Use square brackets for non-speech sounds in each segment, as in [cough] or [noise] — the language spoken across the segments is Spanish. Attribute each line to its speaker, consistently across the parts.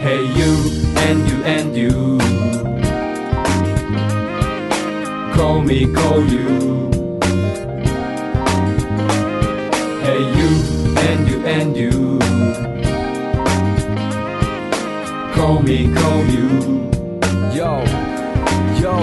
Speaker 1: Hey you and you and you Call me call you Hey you and you and you Call me call you Yo yo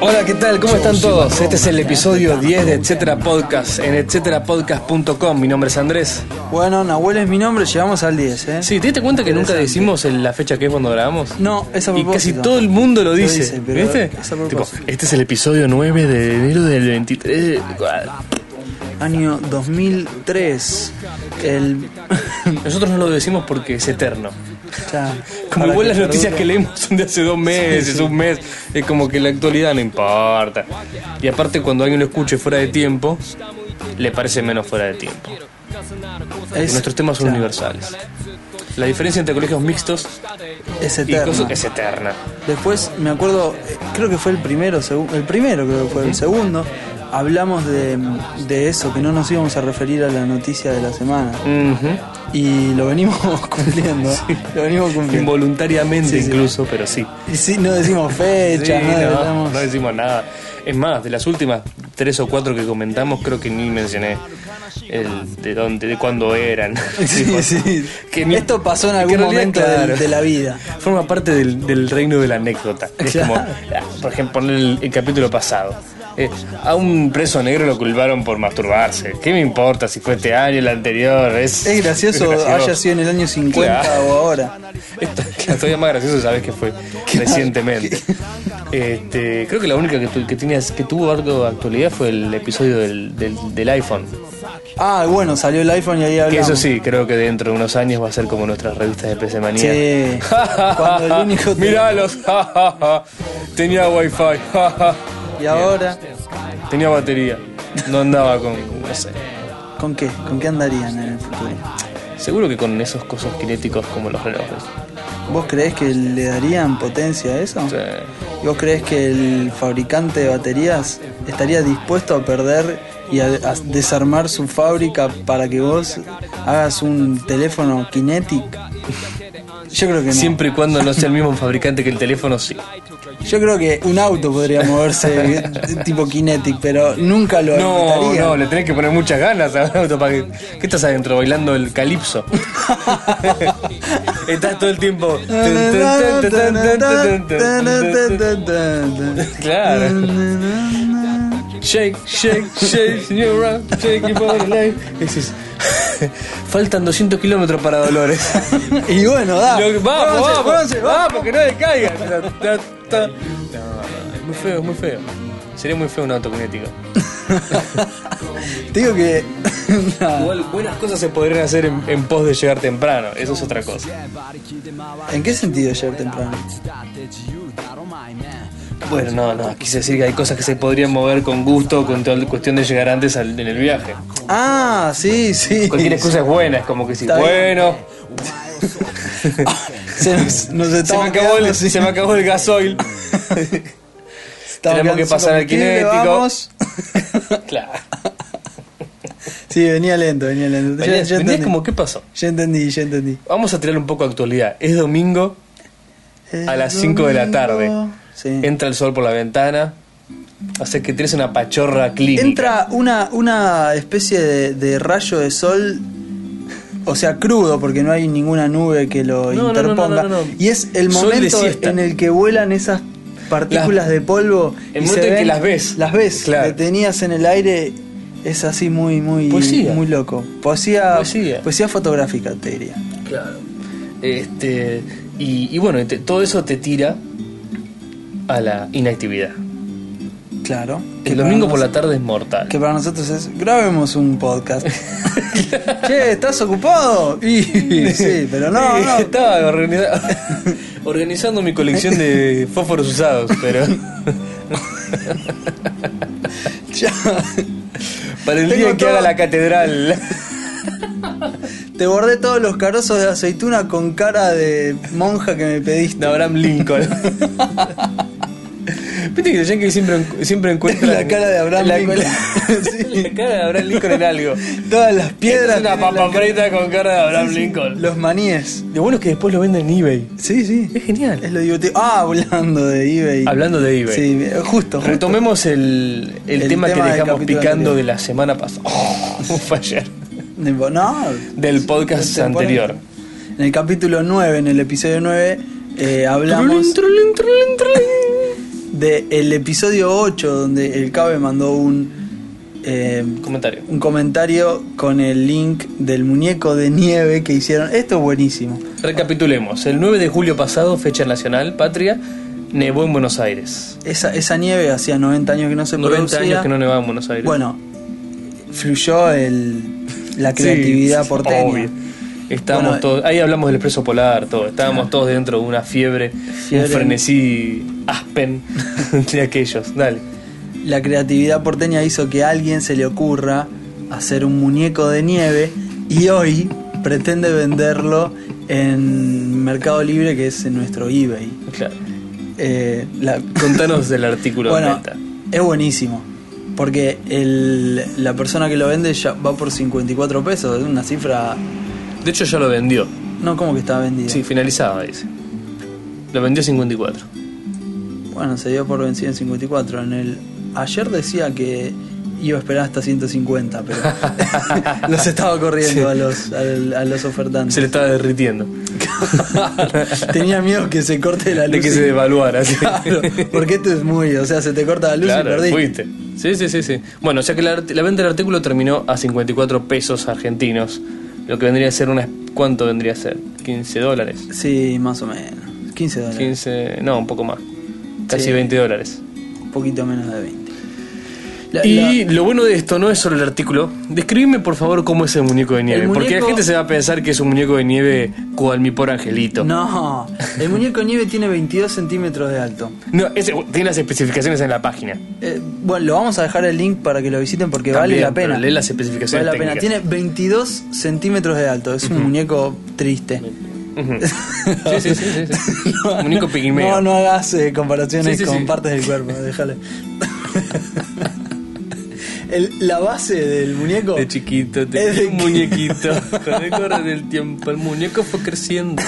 Speaker 2: Hola, ¿qué tal? ¿Cómo están todos? Este es el episodio 10 de Etcétera Podcast en etcéterapodcast.com. Mi nombre es Andrés.
Speaker 3: Bueno, Nahuel es mi nombre, llegamos al 10, ¿eh?
Speaker 2: Sí, ¿te diste cuenta que nunca decimos el- la fecha que es cuando grabamos?
Speaker 3: No, es a
Speaker 2: Y
Speaker 3: propósito.
Speaker 2: casi todo el mundo lo dice.
Speaker 3: dice, pero
Speaker 2: ¿Viste?
Speaker 3: es a propósito.
Speaker 2: Tipo, este es el episodio 9 de enero del 23.
Speaker 3: Año 2003.
Speaker 2: [laughs]
Speaker 3: El.
Speaker 2: Nosotros no lo decimos porque es eterno.
Speaker 3: ya,
Speaker 2: Como
Speaker 3: para
Speaker 2: igual las
Speaker 3: que
Speaker 2: noticias que
Speaker 3: perdure.
Speaker 2: leemos son de hace dos meses, un mes, es como que la actualidad no importa. Y aparte cuando alguien lo escuche fuera de tiempo, le parece menos fuera de tiempo.
Speaker 3: Es,
Speaker 2: Nuestros temas son
Speaker 3: ya,
Speaker 2: universales. La diferencia entre colegios mixtos
Speaker 3: Es
Speaker 2: y
Speaker 3: eterno.
Speaker 2: cosas es eterna.
Speaker 3: Después me acuerdo, eh, creo que fue el primero, segu- el primero creo que fue el segundo. Hablamos de, de eso, que no nos íbamos a referir a la noticia de la semana.
Speaker 2: Ujú.
Speaker 3: Y lo venimos [laughs] cumpliendo. Lo venimos cumpliendo.
Speaker 2: Involuntariamente
Speaker 3: Sí, sí.
Speaker 2: incluso, pero sí.
Speaker 3: Y sí, no decimos fecha,
Speaker 2: Sí,
Speaker 3: no,
Speaker 2: no,
Speaker 3: hablamos-
Speaker 2: no decimos nada. Es más, de las últimas tres o cuatro que comentamos, creo que ni mencioné el de dónde, de cuándo eran. [laughs] Tipo,
Speaker 3: [laughs] Sí, sí.
Speaker 2: que ni-
Speaker 3: Esto pasó en
Speaker 2: que
Speaker 3: algún
Speaker 2: realidad,
Speaker 3: momento del-
Speaker 2: claro.
Speaker 3: de la vida.
Speaker 2: Forma parte del, del reino de la anécdota. Es
Speaker 3: Claro.
Speaker 2: como, ah, por ejemplo, en el, el capítulo pasado. Eh, a un preso negro lo culparon por masturbarse. ¿Qué me importa si fue este año, el anterior? Es,
Speaker 3: [laughs] Es gracioso, haya sido en el año 50
Speaker 2: Claro.
Speaker 3: o ahora.
Speaker 2: Esto- todavía más gracioso sabes que fue recientemente. Este, creo que la única que, tu- que, tenías, que tuvo algo de actualidad fue el episodio del, del- del iPhone.
Speaker 3: Ah, bueno, salió el iPhone y ahí
Speaker 2: Que
Speaker 3: hablamos.
Speaker 2: eso sí, creo que dentro de unos años va a ser como nuestras revistas de PC Manía.
Speaker 3: Sí. [laughs] Cuando el
Speaker 2: [laughs]
Speaker 3: único te-
Speaker 2: Míralos. Tenía wifi.
Speaker 3: Y ahora,
Speaker 2: Tenía batería. No andaba con... no sé.
Speaker 3: ¿con qué? ¿Con qué andarían en el futuro?
Speaker 2: Seguro que con esos cosas kinéticos como los relojes.
Speaker 3: ¿Vos creés que le darían potencia a eso?
Speaker 2: Sí.
Speaker 3: ¿Y ¿Vos creés que el fabricante de baterías estaría dispuesto a perder y a, a desarmar su fábrica para que vos hagas un teléfono kinetic? [laughs] Yo creo que no.
Speaker 2: Siempre y cuando no sea el mismo fabricante que el teléfono, sí.
Speaker 3: Yo creo que un auto podría moverse [laughs] eh, tipo kinetic, pero nunca lo
Speaker 2: No,
Speaker 3: inventaría.
Speaker 2: no, le tenés que poner muchas ganas al auto para que. ¿Qué estás adentro? Bailando el
Speaker 3: [laughs]
Speaker 2: calipso. estás todo el tiempo. Claro. Shake, shake, shake, your rock, shake your body like. Ese es- [laughs] Faltan 200 kilómetros para Dolores.
Speaker 3: [laughs] Y bueno, da.
Speaker 2: Lo que- vamos,
Speaker 3: Bronce,
Speaker 2: vamos,
Speaker 3: bronce,
Speaker 2: vamos,
Speaker 3: va.
Speaker 2: que no decaigan. Ta, ta, ta. No, es muy feo, es muy feo. Sería muy feo un auto kinético.
Speaker 3: [laughs] Te digo que. nada.
Speaker 2: Igual buenas cosas se podrían hacer en, en pos de llegar temprano, eso es otra cosa.
Speaker 3: ¿En qué sentido llegar temprano?
Speaker 2: Bueno, no, no, quise decir que hay cosas que se podrían mover con gusto con tal cuestión de llegar antes al- en el viaje.
Speaker 3: Ah, sí, sí.
Speaker 2: Cualquier excusa es buena, es como que si,
Speaker 3: Está bien.
Speaker 2: bueno,
Speaker 3: [laughs] Se nos, nos
Speaker 2: se
Speaker 3: estamos
Speaker 2: me, acabó
Speaker 3: quedando
Speaker 2: el,
Speaker 3: sin-
Speaker 2: se me acabó el [laughs] gasoil.
Speaker 3: estamos
Speaker 2: tenemos
Speaker 3: quedando
Speaker 2: que
Speaker 3: sin
Speaker 2: pasar al
Speaker 3: combustible,
Speaker 2: kinético.
Speaker 3: vamos.
Speaker 2: [laughs] claro.
Speaker 3: sí, venía lento, venía lento. Ya-
Speaker 2: Venías,
Speaker 3: ya
Speaker 2: venías
Speaker 3: entendí.
Speaker 2: como, ¿qué pasó?
Speaker 3: Ya entendí, ya entendí.
Speaker 2: Vamos a tirar un poco de actualidad. Es domingo, a las 5 de la tarde.
Speaker 3: Sí.
Speaker 2: Entra el sol por la ventana, hace que tienes una pachorra clínica.
Speaker 3: Entra una, una especie de, de rayo de sol, o sea, crudo, porque no hay ninguna nube que lo
Speaker 2: No, no, no,
Speaker 3: interponga.
Speaker 2: no, no, no.
Speaker 3: Y es el
Speaker 2: Sol de
Speaker 3: momento
Speaker 2: siesta.
Speaker 3: en el que vuelan esas partículas
Speaker 2: Las-
Speaker 3: de polvo.
Speaker 2: el
Speaker 3: y
Speaker 2: momento
Speaker 3: se
Speaker 2: en que
Speaker 3: ven-
Speaker 2: las ves.
Speaker 3: Las ves,
Speaker 2: Claro.
Speaker 3: que tenías en el aire. Es así muy, muy,
Speaker 2: Poesía.
Speaker 3: muy loco. Poesía,
Speaker 2: Poesía.
Speaker 3: fotográfica, te diría.
Speaker 2: Claro. Este, y, y bueno, te- todo eso te tira a la inactividad.
Speaker 3: Claro.
Speaker 2: El domingo por
Speaker 3: la
Speaker 2: la tarde es mortal.
Speaker 3: Que para nosotros es, grabemos
Speaker 2: [laughs]
Speaker 3: un podcast. che, ¿estás ocupado? Y, [laughs] sí, pero
Speaker 2: [laughs]
Speaker 3: no,
Speaker 2: Eh,
Speaker 3: no.
Speaker 2: Estaba organiza- [laughs] organizando mi colección de fósforos usados,
Speaker 3: [laughs]
Speaker 2: pero
Speaker 3: Ya.
Speaker 2: para el
Speaker 3: Tengo
Speaker 2: día en que
Speaker 3: todo-
Speaker 2: haga la catedral.
Speaker 3: Te bordé todos los carozos de aceituna con cara de monja que me pediste.
Speaker 2: de Abraham Lincoln. Viste que Yankee siempre, siempre encuentra. [laughs]
Speaker 3: La cara de
Speaker 2: [laughs]
Speaker 3: Abraham
Speaker 2: la,
Speaker 3: Lincoln. [laughs] Sí.
Speaker 2: la cara de Abraham Lincoln en algo.
Speaker 3: Todas las
Speaker 2: Es
Speaker 3: piedras.
Speaker 2: una
Speaker 3: tienen
Speaker 2: papa
Speaker 3: la cara-
Speaker 2: frita con cara de Abraham Lincoln.
Speaker 3: Los maníes.
Speaker 2: Lo bueno es que después lo venden en eBay.
Speaker 3: Sí, sí.
Speaker 2: Es genial.
Speaker 3: Es lo divertido. Ah, hablando de eBay.
Speaker 2: Hablando de eBay.
Speaker 3: Sí, bien, justo. justo.
Speaker 2: Retomemos el, el
Speaker 3: El
Speaker 2: tema,
Speaker 3: tema
Speaker 2: que
Speaker 3: del
Speaker 2: dejamos
Speaker 3: capítulo
Speaker 2: picando
Speaker 3: anterior.
Speaker 2: de la semana [laughs] pasada. fue ayer.
Speaker 3: No.
Speaker 2: Del podcast
Speaker 3: temporada.
Speaker 2: anterior.
Speaker 3: En el capítulo 9, en el episodio 9, eh, hablamos
Speaker 2: Trulín, trulín, trulín.
Speaker 3: del episodio 8, donde el Cabe mandó un, eh,
Speaker 2: Comentario.
Speaker 3: un comentario con el link del muñeco de nieve que hicieron. Esto es buenísimo.
Speaker 2: Recapitulemos. El 9 de julio pasado, fecha nacional, patria, nevó en Buenos Aires.
Speaker 3: Esa, esa nieve hacía 90 años que no se
Speaker 2: 90
Speaker 3: producía.
Speaker 2: años que no nevaba en Buenos Aires.
Speaker 3: Bueno, fluyó el, la
Speaker 2: Sí,
Speaker 3: creatividad
Speaker 2: sí,
Speaker 3: porteña.
Speaker 2: obvio. Estábamos
Speaker 3: Bueno, Ah.
Speaker 2: todos, ahí hablamos del expreso polar, todo. Estábamos todos dentro de una fiebre,
Speaker 3: Fiebre.
Speaker 2: un frenesí
Speaker 3: [laughs]
Speaker 2: aspen de aquellos. Dale.
Speaker 3: La creatividad porteña hizo que a alguien se le ocurra hacer un muñeco de nieve y hoy pretende venderlo en Mercado Libre, que es en nuestro eBay.
Speaker 2: Claro.
Speaker 3: Eh, la-
Speaker 2: Contanos del artículo de
Speaker 3: bueno,
Speaker 2: Meta.
Speaker 3: es buenísimo. Porque el- la persona que lo vende ya va por 54 pesos, es una cifra.
Speaker 2: De hecho, ya lo vendió.
Speaker 3: No, como que está vendida.
Speaker 2: Sí, finalizaba, dice. Lo vendió 54.
Speaker 3: Bueno, se dio por vencido en 54. En el ayer decía que iba a esperar hasta
Speaker 2: [laughs]
Speaker 3: 150, pero [laughs] los estaba corriendo a los al- a los ofertantes.
Speaker 2: Se le estaba derritiendo.
Speaker 3: [laughs] Tenía miedo que se corte la luz.
Speaker 2: De que
Speaker 3: y-
Speaker 2: [laughs]
Speaker 3: [laughs]
Speaker 2: se devaluara. sí.
Speaker 3: Claro, porque esto es muy, o sea, se te corta la luz y
Speaker 2: Claro,
Speaker 3: perdí.
Speaker 2: fuiste. Sí, sí, sí, sí. Bueno, ya que la, la venta del artículo terminó a 54 pesos argentinos, lo que vendría a ser una... ¿Cuánto vendría a ser? 15 dólares.
Speaker 3: Sí, más o menos. 15 dólares,
Speaker 2: 15... No, un poco más. Casi
Speaker 3: Sí.
Speaker 2: 20 dólares.
Speaker 3: un poquito menos de 20. La-
Speaker 2: Y
Speaker 3: la-
Speaker 2: lo bueno de esto no es solo el artículo. Describime por favor cómo es el muñeco de nieve.
Speaker 3: El
Speaker 2: Porque la
Speaker 3: muñeco-
Speaker 2: gente se va a pensar que es un muñeco de nieve cual mi por angelito.
Speaker 3: No, el muñeco de nieve tiene 22 centímetros de alto.
Speaker 2: No, ese- tiene las especificaciones en la página.
Speaker 3: Eh, bueno, lo vamos a dejar el link para que lo visiten porque vale
Speaker 2: También,
Speaker 3: la pena.
Speaker 2: pero lee las especificaciones
Speaker 3: Vale la pena. Tiene
Speaker 2: técnicas.
Speaker 3: 22 centímetros de alto. Es un muñeco triste.
Speaker 2: Ujú.
Speaker 3: [laughs]
Speaker 2: Sí, sí, sí, sí, sí. Muñeco pigmeo.
Speaker 3: No, no hagas eh, comparaciones
Speaker 2: Sí, sí,
Speaker 3: con
Speaker 2: sí.
Speaker 3: partes del cuerpo. Déjale.
Speaker 2: [laughs]
Speaker 3: El- la base del muñeco.
Speaker 2: De chiquito,
Speaker 3: Es
Speaker 2: de
Speaker 3: de
Speaker 2: un
Speaker 3: que-
Speaker 2: [laughs] muñequito. Con el correr del tiempo, el muñeco fue creciendo.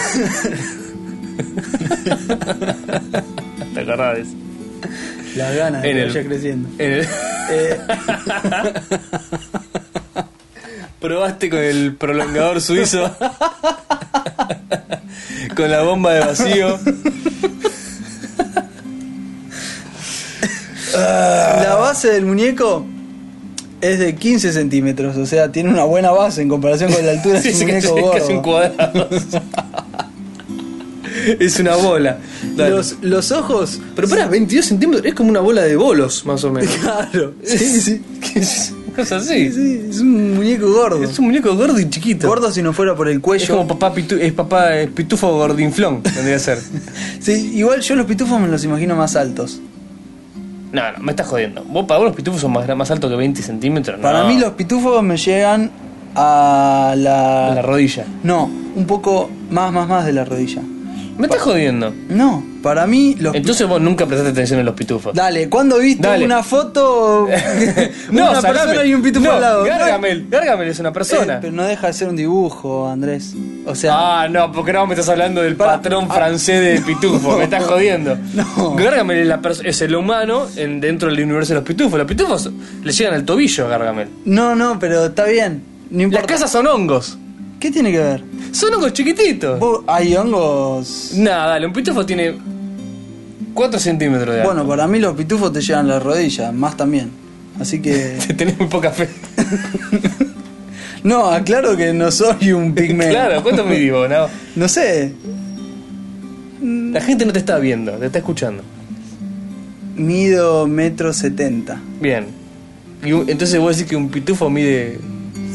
Speaker 2: [laughs] ¿Te acordás? de eso?
Speaker 3: Las ganas de
Speaker 2: En
Speaker 3: que
Speaker 2: el-
Speaker 3: vaya creciendo.
Speaker 2: En el-
Speaker 3: Eh,
Speaker 2: Probaste con el prolongador suizo. con la bomba de vacío.
Speaker 3: la base del muñeco es de 15 centímetros. O sea, tiene una buena base en comparación con la
Speaker 2: [laughs]
Speaker 3: altura
Speaker 2: Sí,
Speaker 3: de
Speaker 2: sí,
Speaker 3: su
Speaker 2: casi,
Speaker 3: muñeco
Speaker 2: casi un
Speaker 3: gordo.
Speaker 2: cuadrado. es una bola. Dale.
Speaker 3: Los, los ojos.
Speaker 2: Pero pará, 22 centímetros es como una bola de bolos, más o [laughs] menos.
Speaker 3: [laughs] Claro. Sí, sí.
Speaker 2: Cosa así.
Speaker 3: Sí, es un muñeco gordo.
Speaker 2: Es un muñeco gordo y chiquito.
Speaker 3: Gordo si no fuera por el cuello.
Speaker 2: Es como papá, pitu- es papá eh, pitufo gordinflón, tendría que ser.
Speaker 3: Sí, igual yo los pitufos me los imagino más altos.
Speaker 2: [laughs] No, no, me estás jodiendo. ¿Vos, para vos los pitufos son más, gra- más altos que 20 centímetros? No.
Speaker 3: Para mí los pitufos me llegan a la...
Speaker 2: La rodilla.
Speaker 3: No, un poco más, más, más de la rodilla.
Speaker 2: Me estás jodiendo.
Speaker 3: No, para mí los... pi-
Speaker 2: Entonces vos nunca prestaste atención en los pitufos. [laughs]
Speaker 3: Dale, ¿cuándo viste
Speaker 2: Dale. [laughs]
Speaker 3: una foto?
Speaker 2: no,
Speaker 3: una
Speaker 2: salame.
Speaker 3: persona y un pitufo
Speaker 2: No,
Speaker 3: al lado.
Speaker 2: Gargamel. Gargamel es una
Speaker 3: No, eh,
Speaker 2: persona.
Speaker 3: pero no deja de ser un dibujo, Andrés. O sea,
Speaker 2: Ah, no, porque ahora me estás hablando del
Speaker 3: Pará.
Speaker 2: patrón francés de
Speaker 3: [laughs]
Speaker 2: pitufo, me estás jodiendo.
Speaker 3: No.
Speaker 2: Gargamel es, la pers- es el humano en- dentro del universo de los pitufos. Los pitufos le llegan al tobillo a Gargamel.
Speaker 3: no, no, pero está bien. No
Speaker 2: Las
Speaker 3: importa.
Speaker 2: casas son hongos.
Speaker 3: ¿Qué tiene que ver?
Speaker 2: Son hongos chiquititos.
Speaker 3: ¿Vos- ¿Hay hongos?
Speaker 2: Nada, dale, un pitufo tiene 4 centímetros de alto.
Speaker 3: Bueno, para mí los pitufos te llegan a la rodilla, más también.
Speaker 2: [laughs]
Speaker 3: Así que...
Speaker 2: Tenés muy poca
Speaker 3: [laughs]
Speaker 2: fe.
Speaker 3: No, aclaro que no soy un pigmeo.
Speaker 2: Claro, ¿cuánto me vivo?
Speaker 3: [laughs]
Speaker 2: No?
Speaker 3: No sé,
Speaker 2: La gente no te está viendo, te está escuchando.
Speaker 3: mido
Speaker 2: [laughs]
Speaker 3: metro setenta.
Speaker 2: Bien. Y un- entonces vos decís que un pitufo mide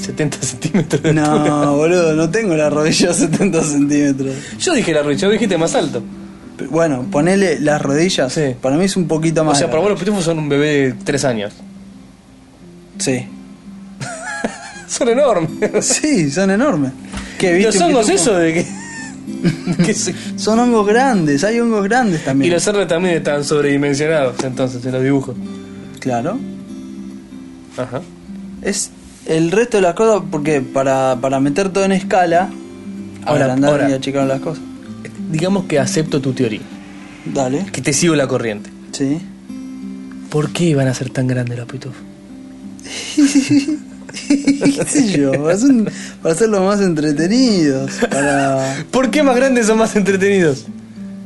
Speaker 2: 70 centímetros de altura.
Speaker 3: No, boludo, no tengo la rodilla a 70 centímetros.
Speaker 2: Yo dije la rucha, vos dijiste más alto.
Speaker 3: Pero Bueno, ponele las rodillas.
Speaker 2: Sí.
Speaker 3: Para mí es un poquito
Speaker 2: O
Speaker 3: más.
Speaker 2: sea, para vos los pitufos son un bebé de 3 años. [laughs]
Speaker 3: Sí.
Speaker 2: Son enormes.
Speaker 3: Sí, son enormes. ¿Qué, [laughs] viste
Speaker 2: Los
Speaker 3: un
Speaker 2: hongos
Speaker 3: pitufo?
Speaker 2: eso de que...
Speaker 3: [laughs]
Speaker 2: [laughs] ¿Qué sé?
Speaker 3: Son hongos grandes, hay hongos grandes
Speaker 2: Y
Speaker 3: también.
Speaker 2: los R también están sobredimensionados entonces en los dibujos.
Speaker 3: Claro.
Speaker 2: Ajá.
Speaker 3: Es el resto de las cosas, porque para, para meter todo en escala,
Speaker 2: Ahora,
Speaker 3: agrandar
Speaker 2: ahora.
Speaker 3: y achicar las cosas.
Speaker 2: Digamos que acepto tu teoría,
Speaker 3: Dale,
Speaker 2: que te sigo la corriente.
Speaker 3: sí. [laughs]
Speaker 2: ¿Por qué van a ser tan grandes los pitufos?
Speaker 3: ¿Qué sé yo? Para, hacer- para hacerlos más entretenidos. Para.
Speaker 2: ¿Por qué más grandes son más entretenidos?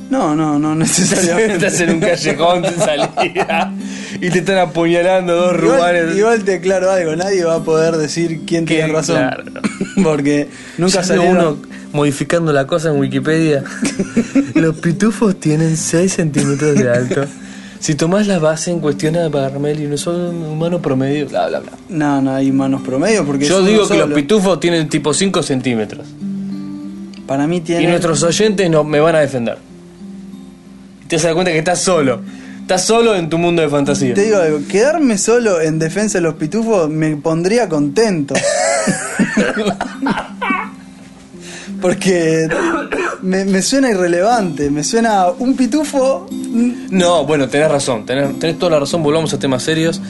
Speaker 3: No, no,
Speaker 2: [laughs]
Speaker 3: no necesariamente.
Speaker 2: Estás en un callejón de salida [laughs] y te están apuñalando dos
Speaker 3: Igual,
Speaker 2: rubanes.
Speaker 3: igual te aclaro algo, nadie va a poder decir quién
Speaker 2: Que,
Speaker 3: tiene razón.
Speaker 2: claro.
Speaker 3: [laughs] Porque nunca
Speaker 2: Nunca
Speaker 3: salieron.
Speaker 2: uno modificando la cosa en [laughs] Wikipedia. Los pitufos tienen 6 centímetros de alto. Si tomás la base en cuestión de Garmel y no son un humano promedio, bla, bla, bla.
Speaker 3: No, no, hay manos promedio porque es
Speaker 2: Yo
Speaker 3: uno
Speaker 2: digo que
Speaker 3: solo.
Speaker 2: los pitufos tienen tipo 5 centímetros.
Speaker 3: Para mí
Speaker 2: Y
Speaker 3: tienen.
Speaker 2: nuestros oyentes no, me van a defender. Te das cuenta que estás solo. Estás solo en tu mundo de fantasía.
Speaker 3: Te digo algo, quedarme solo en defensa de los pitufos me
Speaker 2: [laughs]
Speaker 3: pondría contento. Porque me, me suena irrelevante, me suena un pitufo. mm,
Speaker 2: No, bueno, tenés razón, tenés, tenés toda la razón, volvamos a temas
Speaker 3: [laughs]
Speaker 2: serios.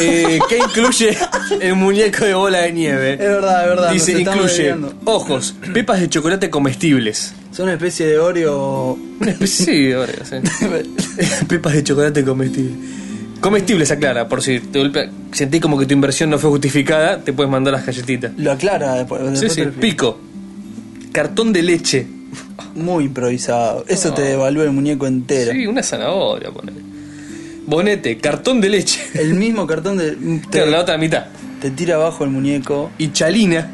Speaker 2: Eh, ¿Qué incluye el muñeco de bola de nieve?
Speaker 3: Es verdad, es verdad,
Speaker 2: Dice,
Speaker 3: nos estamos
Speaker 2: incluye
Speaker 3: desviando.
Speaker 2: ojos, pepas de chocolate comestibles.
Speaker 3: [laughs] Son una especie de Oreo.
Speaker 2: Una especie sí, de Oreo, sí. [laughs] Pepas de chocolate comestible. Comestibles, aclara, por si te golpea- sentís como que tu inversión no fue justificada, te puedes mandar las galletitas.
Speaker 3: Lo aclara después.
Speaker 2: Sí,
Speaker 3: después
Speaker 2: sí,
Speaker 3: te lo explico.
Speaker 2: pico. Cartón de leche.
Speaker 3: Muy improvisado. Eso te devalúa el muñeco entero.
Speaker 2: Sí, una zanahoria, ponele. Bonete, cartón de leche.
Speaker 3: El mismo cartón de,
Speaker 2: Claro, la
Speaker 3: te,
Speaker 2: otra mitad.
Speaker 3: te tira abajo
Speaker 2: [laughs]
Speaker 3: el muñeco.
Speaker 2: Y chalina.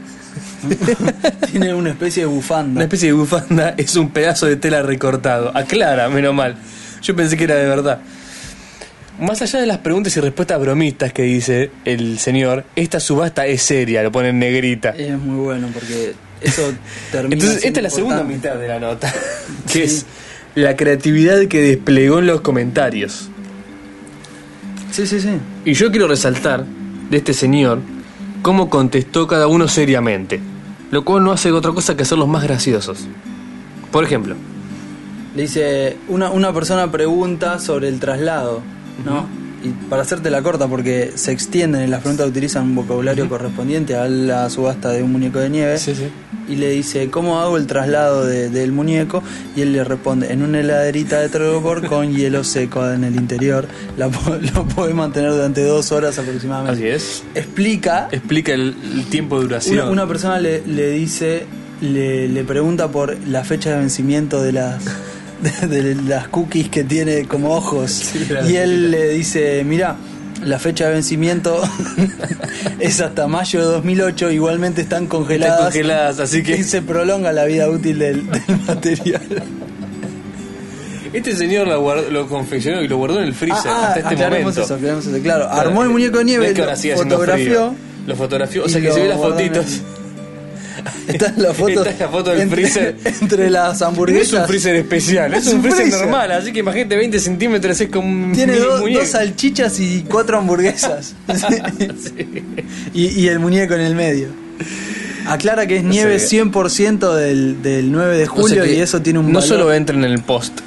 Speaker 3: Tiene una especie de
Speaker 2: Una
Speaker 3: bufanda.
Speaker 2: especie de bufanda [laughs] es un pedazo de tela recortado. Aclara, menos mal. Yo pensé que era de verdad. Más allá de las preguntas y respuestas bromistas que dice el señor, esta subasta es seria, lo pone en negrita.
Speaker 3: Es muy bueno porque eso Eh, termina.
Speaker 2: Entonces, esta
Speaker 3: siendo
Speaker 2: es la segunda
Speaker 3: importante.
Speaker 2: mitad de la nota, [laughs] que es la creatividad que desplegó en los comentarios.
Speaker 3: Sí, sí, sí.
Speaker 2: Y yo quiero resaltar de este señor cómo contestó cada uno seriamente, lo cual no hace otra cosa que hacerlos más graciosos. Por ejemplo,
Speaker 3: Le dice, una, una persona pregunta sobre el traslado, ¿no? Y para hacerte la corta, porque se extienden en las preguntas, utilizan un vocabulario correspondiente a la subasta de un muñeco de nieve.
Speaker 2: Sí, sí.
Speaker 3: Y le dice, ¿cómo hago el traslado de- del muñeco? Y él le responde, en una heladerita de trogopor con hielo seco en el interior. La, po- [laughs] lo puede mantener durante dos horas aproximadamente.
Speaker 2: así es,
Speaker 3: Explica
Speaker 2: explica el, el tiempo de duración.
Speaker 3: Una, una persona le, le dice, le, le pregunta por la fecha de vencimiento de las [laughs] de, de las cookies que tiene
Speaker 2: [laughs]
Speaker 3: como ojos.
Speaker 2: la
Speaker 3: y él le dice, mira, la fecha de vencimiento [laughs] es hasta mayo de 2008, igualmente están congeladas.
Speaker 2: Están congeladas, así que-
Speaker 3: Y se prolonga la vida útil del, del material.
Speaker 2: Este señor lo, guard- lo confeccionó y lo guardó en el freezer
Speaker 3: Ah, ah,
Speaker 2: hasta este
Speaker 3: aclaremos
Speaker 2: momento.
Speaker 3: eso, aclaremos eso. Claro,
Speaker 2: Claro,
Speaker 3: armó el muñeco de
Speaker 2: no
Speaker 3: nieve,
Speaker 2: es que ahora
Speaker 3: lo
Speaker 2: siga haciendo
Speaker 3: fotografió.
Speaker 2: frío. Lo fotografió, o
Speaker 3: y
Speaker 2: sea que
Speaker 3: lo
Speaker 2: se ve las
Speaker 3: guardó en el-
Speaker 2: fotitos.
Speaker 3: [laughs] Está la foto,
Speaker 2: Está la foto del
Speaker 3: entre-
Speaker 2: freezer.
Speaker 3: [laughs] Entre las
Speaker 2: No es
Speaker 3: hamburguesas.
Speaker 2: un freezer especial, es,
Speaker 3: Es
Speaker 2: un
Speaker 3: un
Speaker 2: freezer,
Speaker 3: freezer.
Speaker 2: normal, así que imagínate 20 centímetros es como un
Speaker 3: Tiene
Speaker 2: mini
Speaker 3: do-
Speaker 2: muñeco.
Speaker 3: dos salchichas y
Speaker 2: [laughs]
Speaker 3: cuatro hamburguesas. y, y el muñeco en el medio. Aclara que es nieve
Speaker 2: sé.
Speaker 3: 100% del, del 9 de
Speaker 2: O sea
Speaker 3: julio
Speaker 2: que
Speaker 3: y eso tiene un
Speaker 2: No
Speaker 3: valor.
Speaker 2: solo entren en el post,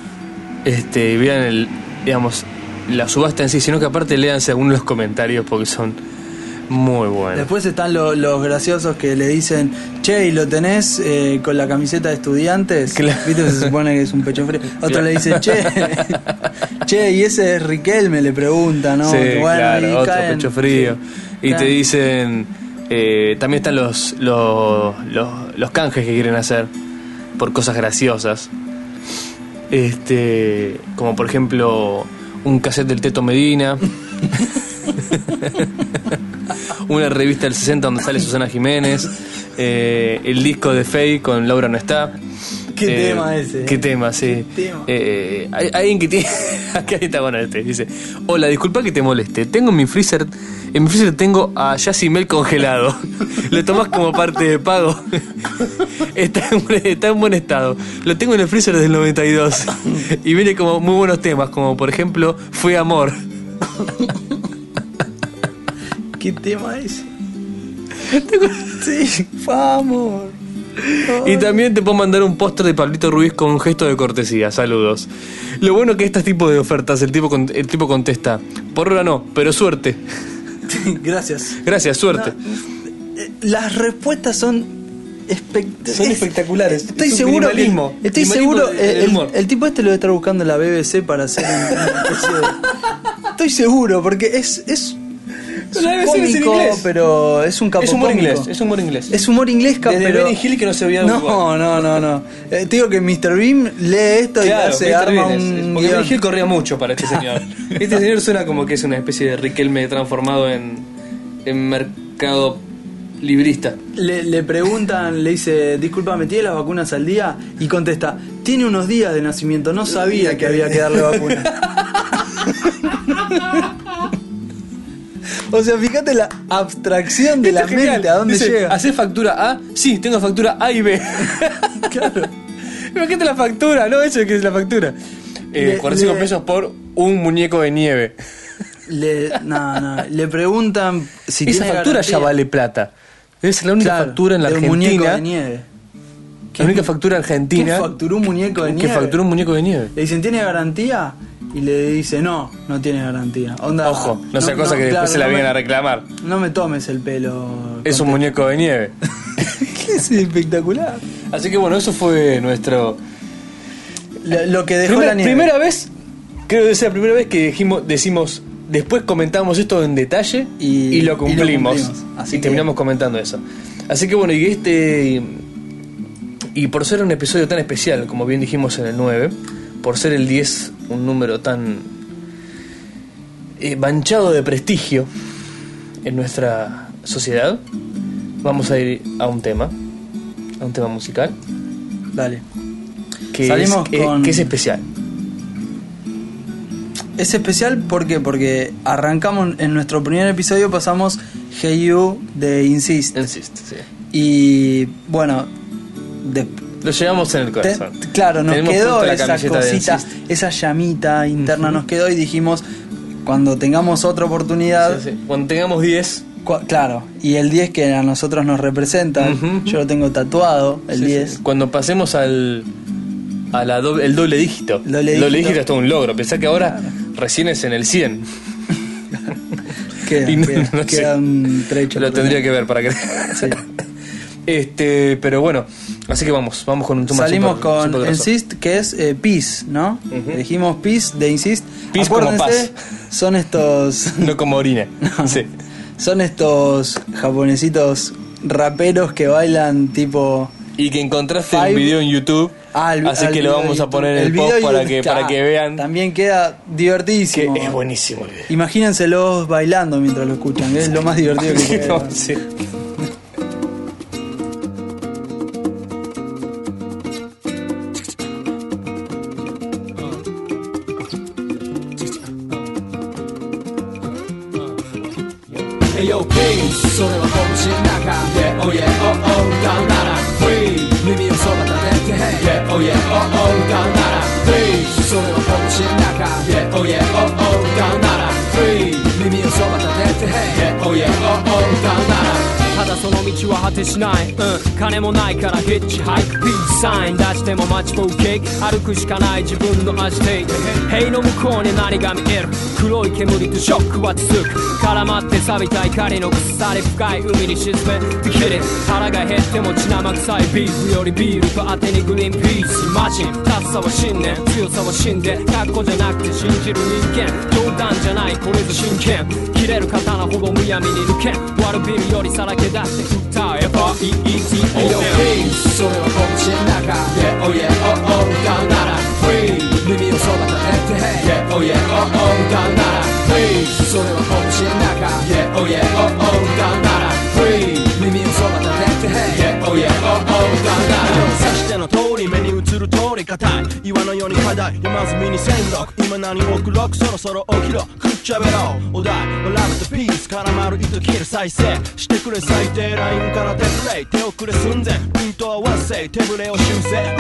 Speaker 2: este, y vean el, digamos, la subasta en sí, sino que aparte leanse algunos los comentarios porque son muy buenos.
Speaker 3: Después están lo- los graciosos que le dicen, che, ¿y lo tenés eh, con la camiseta de estudiantes?
Speaker 2: Claro.
Speaker 3: Viste, se supone que es un
Speaker 2: [laughs]
Speaker 3: pecho frío. Otro
Speaker 2: Claro.
Speaker 3: le dice, che, che, [laughs] y ese es Riquelme, le pregunta, ¿no?
Speaker 2: Sí,
Speaker 3: y
Speaker 2: claro, otro
Speaker 3: caen-
Speaker 2: pecho frío.
Speaker 3: sí,
Speaker 2: y te
Speaker 3: caen.
Speaker 2: dicen, eh, también están los, los, los, los canjes que quieren hacer por cosas graciosas. Este, como por ejemplo, un cassette del Teto Medina. [laughs] Una revista del 60 donde sale Susana Jiménez. eh, el disco de Faye con Laura no está.
Speaker 3: Qué tema ese,
Speaker 2: Qué
Speaker 3: eh.
Speaker 2: tema, sí.
Speaker 3: tema.
Speaker 2: Eh, hay, hay alguien que tiene. [laughs] Acá está bueno este. Dice: Hola, disculpa que te moleste. Tengo en mi freezer. En mi freezer tengo a Yacimel congelado. [laughs] Lo tomás como parte de pago. [laughs] Está en, buen- está en buen estado. Lo tengo en el freezer desde el 92. Y viene como muy buenos temas, como por ejemplo, Fue amor. [laughs]
Speaker 3: ¿Qué tema es? sí, vamos.
Speaker 2: Y también te puedo mandar un póster de Pablito Ruiz con un gesto de cortesía. Saludos. Lo bueno que este tipo de ofertas, el tipo, con- el tipo contesta, por ahora no, pero suerte.
Speaker 3: [laughs] Gracias.
Speaker 2: Gracias, suerte.
Speaker 3: Eh, Las respuestas son, espect-
Speaker 2: Son
Speaker 3: es- eh,
Speaker 2: espectaculares.
Speaker 3: Estoy
Speaker 2: Es un
Speaker 3: seguro.
Speaker 2: minimalismo.
Speaker 3: Estoy
Speaker 2: Minimalismo
Speaker 3: seguro.
Speaker 2: del-
Speaker 3: eh,
Speaker 2: del
Speaker 3: el,
Speaker 2: humor.
Speaker 3: el tipo este lo debe estar buscando en la BBC para hacer un- una especie de- Estoy seguro, porque es. es es
Speaker 2: La BBC es en
Speaker 3: cómico,
Speaker 2: inglés.
Speaker 3: pero es un capo
Speaker 2: humor
Speaker 3: cómico.
Speaker 2: inglés, es humor inglés.
Speaker 3: Es humor inglés, capo,
Speaker 2: Desde
Speaker 3: pero...
Speaker 2: Benny Hill que no se veía en
Speaker 3: No,
Speaker 2: Uruguay.
Speaker 3: no, no, no. Eh, te digo que Mr. Beam lee esto y hace
Speaker 2: Mr.
Speaker 3: arma
Speaker 2: Bean es- es-
Speaker 3: un
Speaker 2: porque
Speaker 3: guión.
Speaker 2: Benny Hill corría mucho para este
Speaker 3: [laughs]
Speaker 2: señor. Este señor suena como que es una especie de Riquelme transformado en, en mercado librista.
Speaker 3: Le, le preguntan, le dice, discúlpame, ¿tiene las vacunas al día? Y contesta, tiene unos días de nacimiento, no sabía que había que darle vacuna. [laughs] o sea, fíjate la abstracción de la
Speaker 2: Está genial.
Speaker 3: mente, a dónde
Speaker 2: Dice,
Speaker 3: llega.
Speaker 2: ¿Hacés factura A? Sí, tengo factura A y B.
Speaker 3: [laughs] Claro.
Speaker 2: Imagínate la factura, ¿no? Eso que es la factura. Eh,
Speaker 3: Le-
Speaker 2: 45
Speaker 3: le-
Speaker 2: pesos por un muñeco de nieve.
Speaker 3: Le, no, no, le preguntan si
Speaker 2: Esa
Speaker 3: tiene
Speaker 2: factura
Speaker 3: garantía.
Speaker 2: ya vale plata. Debe ser la única
Speaker 3: Claro,
Speaker 2: factura en la
Speaker 3: de un muñeco de
Speaker 2: Argentina.
Speaker 3: nieve.
Speaker 2: La única factura
Speaker 3: ¿Quién
Speaker 2: argentina
Speaker 3: facturó un muñeco de
Speaker 2: que
Speaker 3: nieve?
Speaker 2: facturó un muñeco de nieve.
Speaker 3: Le dicen, ¿tiene garantía? Y le dice, no, no tiene garantía. Onda,
Speaker 2: Ojo, Ah, no sea cosa que
Speaker 3: claro,
Speaker 2: después se la
Speaker 3: no
Speaker 2: vengan
Speaker 3: me-
Speaker 2: a reclamar.
Speaker 3: No me tomes el pelo.
Speaker 2: Es un muñeco de nieve.
Speaker 3: ¿Qué [laughs] es espectacular?
Speaker 2: Así que bueno, eso fue nuestro.
Speaker 3: Lo, lo que dejó
Speaker 2: Primer-
Speaker 3: la nieve.
Speaker 2: Primera vez, creo que es la primera vez que dijimos, decimos, después comentamos esto en detalle y,
Speaker 3: Y-
Speaker 2: lo
Speaker 3: y lo
Speaker 2: cumplimos.
Speaker 3: cumplimos. Así
Speaker 2: y
Speaker 3: que-
Speaker 2: terminamos comentando eso. Así que bueno, y este. Y por ser un episodio tan especial, como bien dijimos en el 9, por ser el 10 un número tan. eh, manchado de prestigio en nuestra sociedad, vamos a ir a un tema, a un tema musical,
Speaker 3: Dale.
Speaker 2: que, es,
Speaker 3: Salimos
Speaker 2: que-
Speaker 3: con-
Speaker 2: que es especial.
Speaker 3: Es especial ¿por qué? porque arrancamos en nuestro primer episodio, pasamos Hey You de Insist.
Speaker 2: Insist, sí.
Speaker 3: Y bueno, de-
Speaker 2: Lo llevamos en el
Speaker 3: te-
Speaker 2: corazón.
Speaker 3: claro, nos
Speaker 2: Tenemos
Speaker 3: quedó
Speaker 2: puesta la
Speaker 3: esa
Speaker 2: camiseta de
Speaker 3: cosita,
Speaker 2: Insist.
Speaker 3: esa llamita interna nos quedó y dijimos, cuando tengamos otra oportunidad,
Speaker 2: Sí, sí. Cuando tengamos 10,
Speaker 3: cua- claro, y el 10 que a nosotros nos representa,
Speaker 2: Ujú.
Speaker 3: yo lo tengo tatuado, el
Speaker 2: sí,
Speaker 3: 10.
Speaker 2: sí. cuando pasemos al a la doble- el doble dígito.
Speaker 3: Doble
Speaker 2: El doble
Speaker 3: dígito.
Speaker 2: dígito es todo un logro. Pensá que ahora recién es en el 100.
Speaker 3: Queda,
Speaker 2: Y no-
Speaker 3: queda,
Speaker 2: no sé.
Speaker 3: queda un trecho.
Speaker 2: Lo
Speaker 3: por
Speaker 2: tendría que
Speaker 3: delante.
Speaker 2: ver para que. [laughs]
Speaker 3: Sí.
Speaker 2: este, pero bueno, así que vamos, vamos con un tema
Speaker 3: Salimos
Speaker 2: super-
Speaker 3: con
Speaker 2: super grosso.
Speaker 3: Insist, que es eh, Peace, ¿no?
Speaker 2: Ujú.
Speaker 3: Elegimos Peace de Insist.
Speaker 2: Peace como
Speaker 3: Acuérdense, Son estos.
Speaker 2: No como
Speaker 3: [laughs]
Speaker 2: orina. Sí.
Speaker 3: Son estos japonesitos raperos que bailan tipo.
Speaker 2: Y que encontraste el
Speaker 3: Five.
Speaker 2: video en YouTube.
Speaker 3: Ah, el-
Speaker 2: así
Speaker 3: al
Speaker 2: que lo
Speaker 3: video
Speaker 2: vamos
Speaker 3: de
Speaker 2: a poner en
Speaker 3: YouTube.
Speaker 2: el, post
Speaker 3: video
Speaker 2: para
Speaker 3: de-
Speaker 2: que, para
Speaker 3: Ah,
Speaker 2: que vean
Speaker 3: También queda
Speaker 2: que
Speaker 3: divertísimo.
Speaker 2: es buenísimo el video.
Speaker 3: Imagínenselos bailando mientras lo escuchan, que es lo más divertido que puede
Speaker 2: [laughs]
Speaker 3: haber.
Speaker 2: Sí.
Speaker 4: Ayo, P それは拳の中 Yeah, oh yeah, oh oh 歌うなら Free 耳をそば立てて Hey, Yeah, oh yeah, oh oh 歌うなら Free それは拳の中 Yeah, oh yeah, oh oh 歌うなら Free 耳をそば立てて Hey, Yeah, oh yeah, oh oh 歌うなら
Speaker 5: ただその道は果てしない、うん、金もないからヒッチハイクピースサイン出してもマッチボールケーキ歩くしかない自分の足で塀の向こうに何が見える黒い煙とショックは続く絡まって錆びた怒りの鎖深い海に沈めてきれ腹が減っても血生臭いビーフよりビールと当てにグリーンピースマジン達さは信念強さは信念格好じゃなくて信じる人間冗談じゃないこれぞ真剣切れる刀ほどむやみに抜け悪ビルよりさらけ出して歌えば e e t o
Speaker 4: Ayo,
Speaker 5: m
Speaker 4: P それは拳の中 Yeah, oh yeah, oh oh 歌うなら Free 耳をそば立てて Hey, Yeah, oh yeah, oh oh 歌うなら Free それは拳の中 Yeah, oh yeah, oh oh 歌うなら Free 耳をそば立てて Hey, Yeah, oh yeah, oh oh 歌うなら
Speaker 5: 指しての通り目に映る
Speaker 6: る通り硬い岩のように課題山積みに戦力今何をくろくそろそろ起きろくっちゃべろうお題ラブとピース絡まる糸切る再生してくれ最低ラインから手プレイ手遅れ寸前ピントはワンセイ手ぶれを修正うるせえ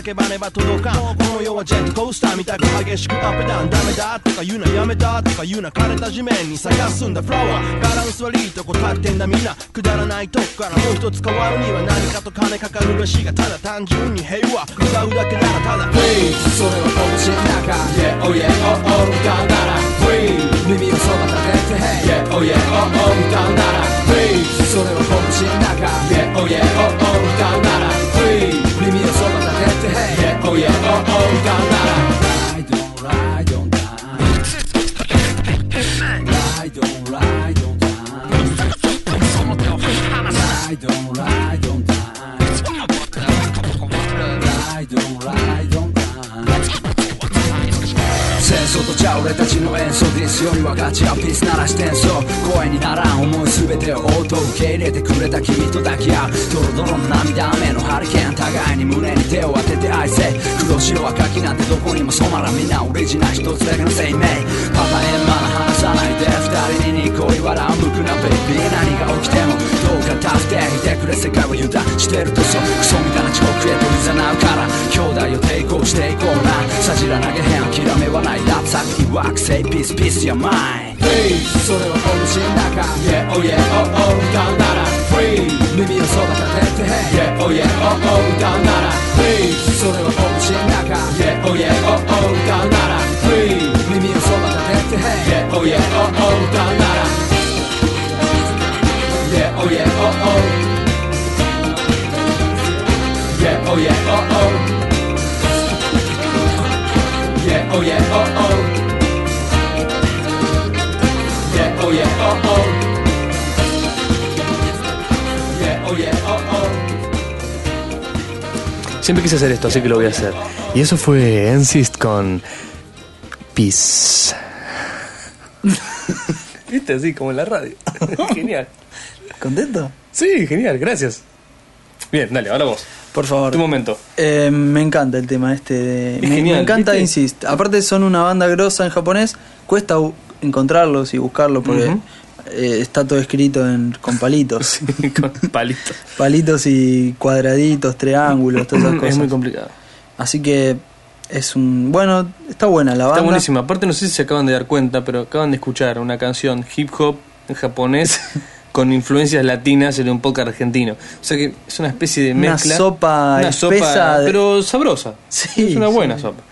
Speaker 6: くらい叫ばねば届かんこの世はジェットコースターみたく激しくアップダウンダメだとか言うなやめたとか言うな枯れた地面に咲かすんだフラワーバランス悪いとこ立ってんだみんなくだらないとこからもう一つ変わるには何かと金かかるらしいがただ単純に平和歌うだけならただ
Speaker 4: フリーそれはおうちの中 Yeah oh yeah oh oh 歌うならフリー耳をそば立てて Hey Yeah oh yeah oh oh 歌うならフリーそれはおうちの中 Yeah oh yeah oh oh 歌うならフリー耳をそば立てて Hey Yeah oh yeah oh oh 歌うなら Ride on ride on time Ride on ride on time Ride on ride on time Ride on ride on time 戦争とちゃ俺たちの演奏ディスよりはガチはピースならしてんそう声にならん思い全てを応答受け入れてくれた君と抱き合うドロドロの涙雨のハリケーン互いに胸に手を当てて愛せ黒白はきなんてどこにも染まらんみんなオリジナル一つだけの生命パターンまだ話さないで二人にニコリ笑う無垢なベイビー何が起きてもどうか助けていてくれ世界を委ねしてるとそうクソみたいな遅刻へと誘うから兄弟を抵抗していこうなさじら投げへん諦めはないラップ先にワークセイピースピースやマイそれはおうちの中 Yeah oh yeah oh oh 歌うなら Free 耳をそば立てて Yeah oh yeah oh oh 歌うなら Free それはおうちの中 Yeah oh yeah oh oh 歌うなら Free 耳をそば立てて Yeah oh yeah oh oh 歌うなら Yeah oh yeah oh oh Yeah, oh yeah, oh oh. Yeah, oh yeah, oh oh. Yeah, oh yeah, oh oh. Yeah, oh yeah, oh oh.
Speaker 2: Siempre quise hacer esto, así que lo voy a hacer. Y eso fue Insist con Peace. [laughs] ¿Viste? Así como en la [laughs] radio. genial.
Speaker 3: ¿Contento?
Speaker 2: Sí, genial, gracias. Bien, dale, ahora vos.
Speaker 3: Por favor.
Speaker 2: Tu momento.
Speaker 3: Eh, me encanta el tema este. de-
Speaker 2: Es
Speaker 3: me,
Speaker 2: genial,
Speaker 3: me encanta,
Speaker 2: ¿viste?
Speaker 3: insist. Aparte son una banda grosa en japonés. Cuesta bu- encontrarlos y buscarlos porque eh, está todo escrito en, con
Speaker 2: [laughs]
Speaker 3: palitos.
Speaker 2: [laughs] con palito.
Speaker 3: Palitos y cuadraditos, triángulos, todas esas
Speaker 2: [laughs] Es
Speaker 3: cosas.
Speaker 2: muy complicado.
Speaker 3: Así que es un... Bueno, está buena la banda.
Speaker 2: Está buenísima. Aparte, no sé si se acaban de dar cuenta, pero acaban de escuchar una canción hip hop en [laughs] japonés con influencias latinas en un poco argentino. O sea que es una especie de
Speaker 3: Una
Speaker 2: mezcla.
Speaker 3: sopa
Speaker 2: Una sopa,
Speaker 3: espesa de-
Speaker 2: pero sabrosa.
Speaker 3: Sí,
Speaker 2: Es una buena
Speaker 3: sí.
Speaker 2: sopa.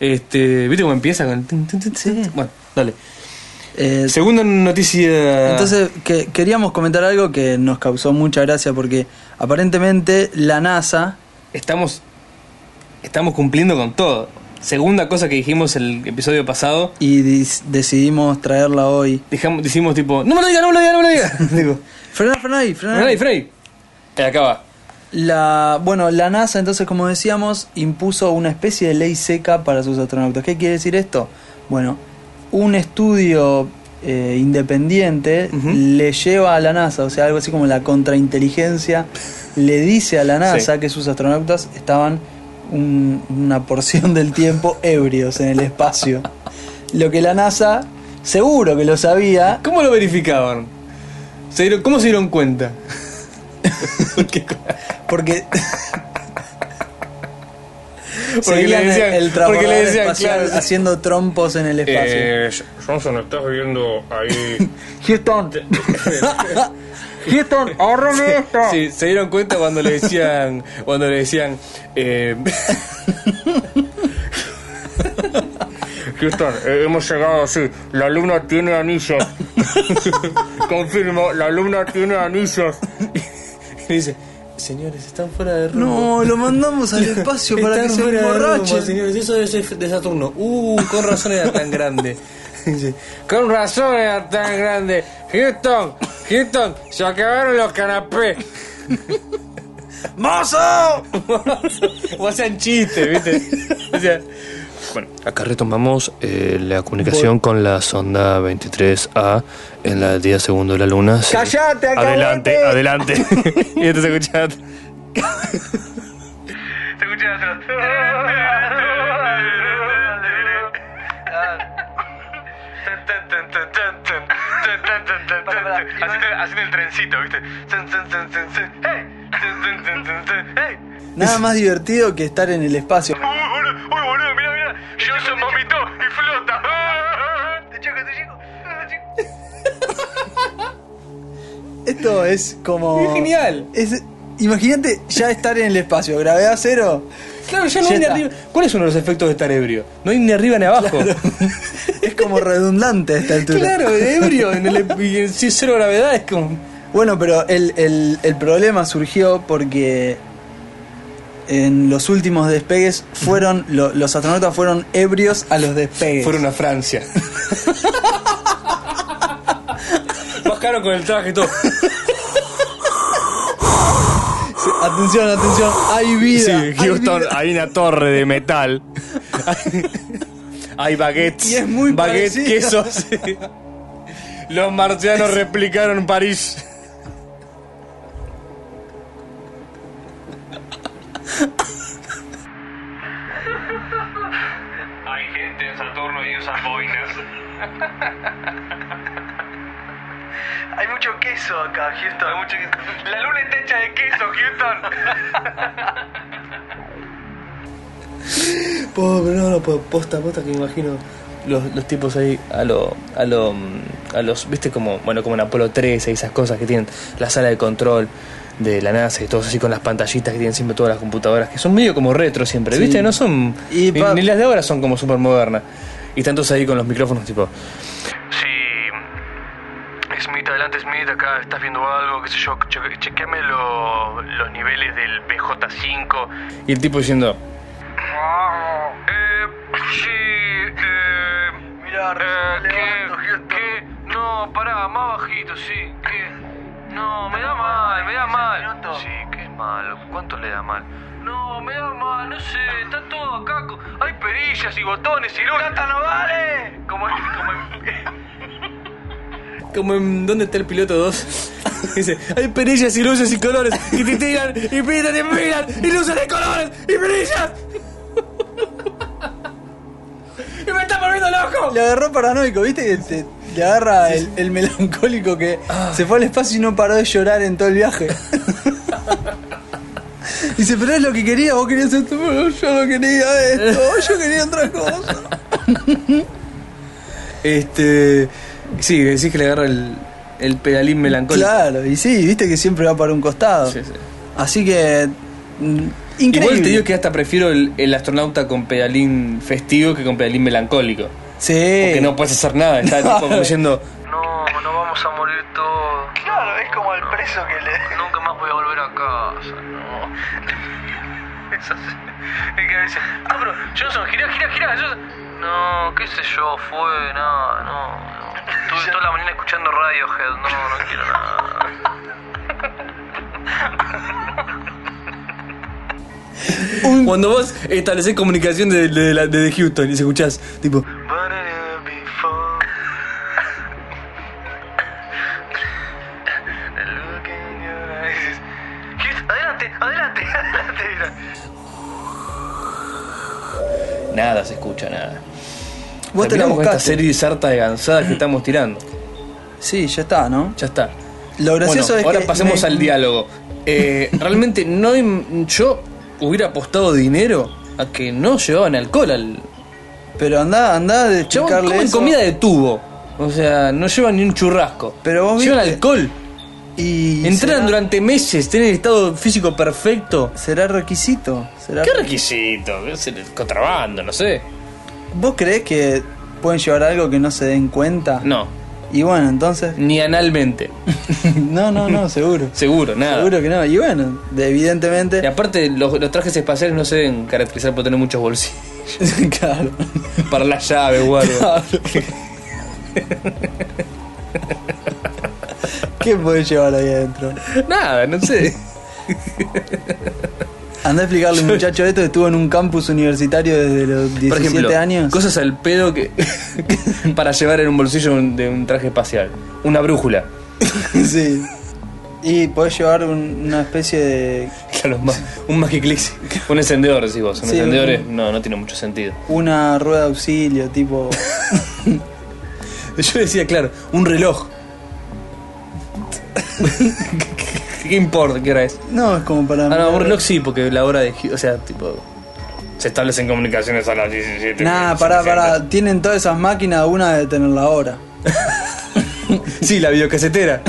Speaker 2: Este, ¿Viste cómo empieza con.? el tin, tin, tin, tin?
Speaker 3: Sí.
Speaker 2: Bueno, dale.
Speaker 3: Eh,
Speaker 2: Segunda noticia.
Speaker 3: Entonces, que, queríamos comentar algo que nos causó mucha gracia porque aparentemente la NASA,
Speaker 2: Estamos. Estamos cumpliendo con todo. Segunda cosa que dijimos el episodio pasado.
Speaker 3: y dis- decidimos traerla hoy.
Speaker 2: Dejamos, decimos tipo. No me lo digas, no me lo digas, no me lo digas. [laughs] Digo.
Speaker 3: Frená, frená ahí, frená ahí.
Speaker 2: Frey, Frey. Te acaba.
Speaker 3: La, bueno, la NASA entonces, como decíamos, impuso una especie de ley seca para sus astronautas. ¿Qué quiere decir esto? Bueno, un estudio eh, independiente
Speaker 2: Ujú.
Speaker 3: le lleva a la NASA, o sea, algo así como la contrainteligencia, le dice a la NASA
Speaker 2: Sí.
Speaker 3: que sus astronautas estaban un- una porción del tiempo ebrios en el espacio. Lo que la NASA seguro que lo
Speaker 2: [laughs]
Speaker 3: sabía.
Speaker 2: ¿Cómo lo verificaban? ¿Se dieron- ¿Cómo se dieron
Speaker 3: [laughs]
Speaker 2: cuenta? Porque,
Speaker 3: Porque.
Speaker 2: porque
Speaker 3: Seguían
Speaker 2: porque
Speaker 3: el transbordador
Speaker 2: le decían,
Speaker 3: espacial
Speaker 2: claro,
Speaker 3: haciendo trompos en el espacio.
Speaker 7: Eh, Johnson, estás viviendo ahí.
Speaker 3: [laughs] Houston. Houston, ahorrame esto.
Speaker 2: sí, se dieron cuenta cuando le decían, cuando le decían, eh,
Speaker 7: [laughs] Houston, eh, hemos llegado así. La luna tiene anillos. [laughs] Confirmo, la luna tiene anillos. [laughs]
Speaker 2: le dice, señores, están fuera de rumbo.
Speaker 3: No, lo mandamos al espacio para que
Speaker 2: Están
Speaker 3: se
Speaker 2: fuera de rumbo,
Speaker 3: emborrache.
Speaker 2: señores, eso es de de Saturno. Uh, con razón era tan grande.
Speaker 3: [laughs]
Speaker 2: Dice,
Speaker 7: Con razón era tan grande. Houston, Houston, se acabaron los canapés.
Speaker 3: [laughs] ¡Mozo!
Speaker 2: o hacían chistes, ¿viste? O sea, bueno, acá retomamos eh, la comunicación con la sonda 23A en la 10 segundos de la luna. Sí.
Speaker 3: ¡Cállate,
Speaker 2: Adelante, [laughs] adelante. y entonces escuchad.
Speaker 7: Te escuchas atrás.
Speaker 8: Así en- Así en el trencito, ¿viste? Tun, tun, tun, tun, tun. ¡Hey! Tun, tun, tun, tun, tun. ¡Hey!
Speaker 3: Nada más divertido que estar en el espacio.
Speaker 8: ¡Uy, boludo! ¡Uy, boludo! ¡Mirá, mirá! Johnson vomitó y flota. ¡Te choco, te choco! te choco.
Speaker 3: Esto es como.
Speaker 2: Es genial.
Speaker 3: Es- Imagínate ya estar en el espacio, gravedad cero.
Speaker 2: Claro, ya no
Speaker 3: Ya
Speaker 2: hay ni
Speaker 3: está.
Speaker 2: arriba. ¿Cuál es uno de los efectos de estar ebrio? No hay ni arriba ni abajo.
Speaker 3: Es como redundante a esta
Speaker 2: [laughs]
Speaker 3: altura.
Speaker 2: Claro, ebrio en el e-, y en sí, cero gravedad es como.
Speaker 3: Bueno, pero el, el- el problema surgió porque en los últimos despegues fueron lo- los astronautas fueron ebrios a los despegues.
Speaker 2: Fueron a Francia. [laughs] Bajaron con el traje y [laughs] todo.
Speaker 3: Atención, atención, hay
Speaker 9: Sí,
Speaker 3: vida. hay
Speaker 9: Houston,
Speaker 3: vida.
Speaker 9: hay una torre de metal.
Speaker 2: Hay baguettes.
Speaker 3: Y es muy
Speaker 2: baguettes,
Speaker 3: parecido.
Speaker 2: quesos. [laughs] Los marcianos replicaron París.
Speaker 8: Hay gente en Saturno y usan boinas. Hay mucho queso acá, Houston. La luna está hecha de queso, Houston.
Speaker 2: Po- pero no, no, po- posta, posta que me imagino los, los tipos ahí a lo, a lo, mm, a los, viste como, bueno, como en Apolo 13 y esas cosas que tienen la sala de control de la NASA y todos así con las pantallitas que tienen siempre todas las computadoras que son medio como retro siempre,
Speaker 3: Sí.
Speaker 2: viste, no son
Speaker 3: Y
Speaker 2: ni,
Speaker 3: pa-
Speaker 2: ni las de ahora son como super modernas y están todos ahí con los micrófonos tipo
Speaker 8: Sí. Smith, adelante Smith, acá estás viendo algo, qué sé yo, che- chequeame lo- los niveles del BJ5.
Speaker 2: y el tipo diciendo
Speaker 8: Eh, sí, eh... Mirá, eh, que, que, no, pará, más bajito, sí, que... No, me da mal, me da mal. Sí, que es malo, ¿cuánto le da mal? No, me da mal, no sé, está todo acá, co- hay perillas y botones y luz. ¡Plata no vale! Como, como en...
Speaker 2: como en ¿Dónde está el piloto 2? [laughs] Dice, hay perillas y luces y colores y te tiran y pitan y miran y luces de colores y perillas. [laughs] y me está volviendo loco.
Speaker 3: Le agarró paranoico, ¿viste? Que te- le agarra el, el melancólico que
Speaker 2: Ah.
Speaker 3: se fue al espacio y no paró de llorar en todo
Speaker 2: [laughs]
Speaker 3: el viaje. Dice, pero es lo que quería, vos querías esto, pero yo no quería
Speaker 2: [laughs]
Speaker 3: esto, yo quería otra cosa.
Speaker 2: Este. Sí, decís que le agarra el, el pedalín melancólico.
Speaker 3: Claro, y sí, viste que siempre va para un costado.
Speaker 2: Sí, sí.
Speaker 3: Así que. mm, Increíble.
Speaker 2: Igual te digo que hasta prefiero el, el astronauta con pedalín festivo que con pedalín melancólico.
Speaker 3: Sí.
Speaker 2: Porque no puedes hacer nada, está tipo
Speaker 3: [laughs]
Speaker 2: como diciendo,
Speaker 8: No, no vamos a morir todos. Claro, es como el preso que le... Nunca más voy a volver a casa, no. Eso sí. Es que a veces... No, pero Johnson, girá, girá, girá. Johnson. No, qué sé yo, fue, nada, no, no. [laughs] Estuve toda la mañana escuchando Radiohead, no, no quiero nada.
Speaker 2: cuando vos estableces comunicación desde de, la- desde Houston y se escuchás, tipo,
Speaker 8: [laughs] Adelante, adelante, [laughs] adelante.
Speaker 2: nada se escucha, nada.
Speaker 3: Vos te la
Speaker 2: Terminamos con esta
Speaker 3: buscaste.
Speaker 2: serie sarta de gansadas que estamos tirando.
Speaker 3: Sí, ya está, ¿no?
Speaker 2: Ya está.
Speaker 3: Lo gracioso
Speaker 2: Bueno,
Speaker 3: es
Speaker 2: ahora
Speaker 3: que
Speaker 2: pasemos
Speaker 3: me-
Speaker 2: al diálogo.
Speaker 3: [laughs]
Speaker 2: Eh, realmente no im- yo hubiera apostado dinero a que no llevaban alcohol al.
Speaker 3: Pero andá, andá de
Speaker 2: Chabón,
Speaker 3: explicarle
Speaker 2: comen
Speaker 3: eso.
Speaker 2: comida de tubo. O sea, no llevan ni un churrasco.
Speaker 3: Pero vos
Speaker 2: llevan
Speaker 3: viste-
Speaker 2: alcohol.
Speaker 3: Y
Speaker 2: Entrenan
Speaker 3: será,
Speaker 2: durante meses, tienen el estado físico perfecto.
Speaker 3: será requisito. será-
Speaker 2: ¿Qué requisito? ¿Qué es el contrabando? No sé.
Speaker 3: ¿Vos creés que pueden llevar algo que no se den cuenta?
Speaker 2: No.
Speaker 3: Y
Speaker 2: [laughs]
Speaker 3: bueno, entonces.
Speaker 2: Ni
Speaker 3: [laughs]
Speaker 2: analmente.
Speaker 3: no, no, no,
Speaker 2: [laughs]
Speaker 3: seguro.
Speaker 2: Seguro, nada.
Speaker 3: Seguro que no. Y bueno, de- evidentemente.
Speaker 2: Y aparte, los, los trajes espaciales no se deben caracterizar por tener muchos bolsillos.
Speaker 3: [laughs]
Speaker 2: [laughs]
Speaker 3: claro.
Speaker 2: Para las llaves o algo.
Speaker 3: [laughs] ¿Qué podés llevar ahí adentro?
Speaker 2: Nada, no
Speaker 3: [laughs]
Speaker 2: sé.
Speaker 3: Andá a explicarle, muchacho, esto que estuvo en un campus universitario desde los 17
Speaker 2: Por ejemplo,
Speaker 3: años.
Speaker 2: cosas al pedo que. [laughs] para llevar en un bolsillo un- de un traje espacial. Una brújula.
Speaker 3: [laughs] sí. Y Y podés llevar un- una especie de.
Speaker 2: [laughs] Claro, ma- un Magic Click. Un encendedor, decís vos. Un
Speaker 3: Sí,
Speaker 2: encendedor
Speaker 3: un-
Speaker 2: es- no, no tiene mucho
Speaker 3: [laughs]
Speaker 2: sentido.
Speaker 3: una rueda de auxilio,
Speaker 2: [laughs]
Speaker 3: tipo.
Speaker 2: Yo decía, claro, un reloj. [laughs] ¿Qué importa qué hora es?
Speaker 3: No, es como para.
Speaker 2: Ah, no, un reloj sí, porque la hora de. gi- O sea, tipo. Se establecen comunicaciones a las 17.
Speaker 3: Nah, pará, pará. Tienen todas esas máquinas, una de tener la hora.
Speaker 2: Sí, la videocasetera.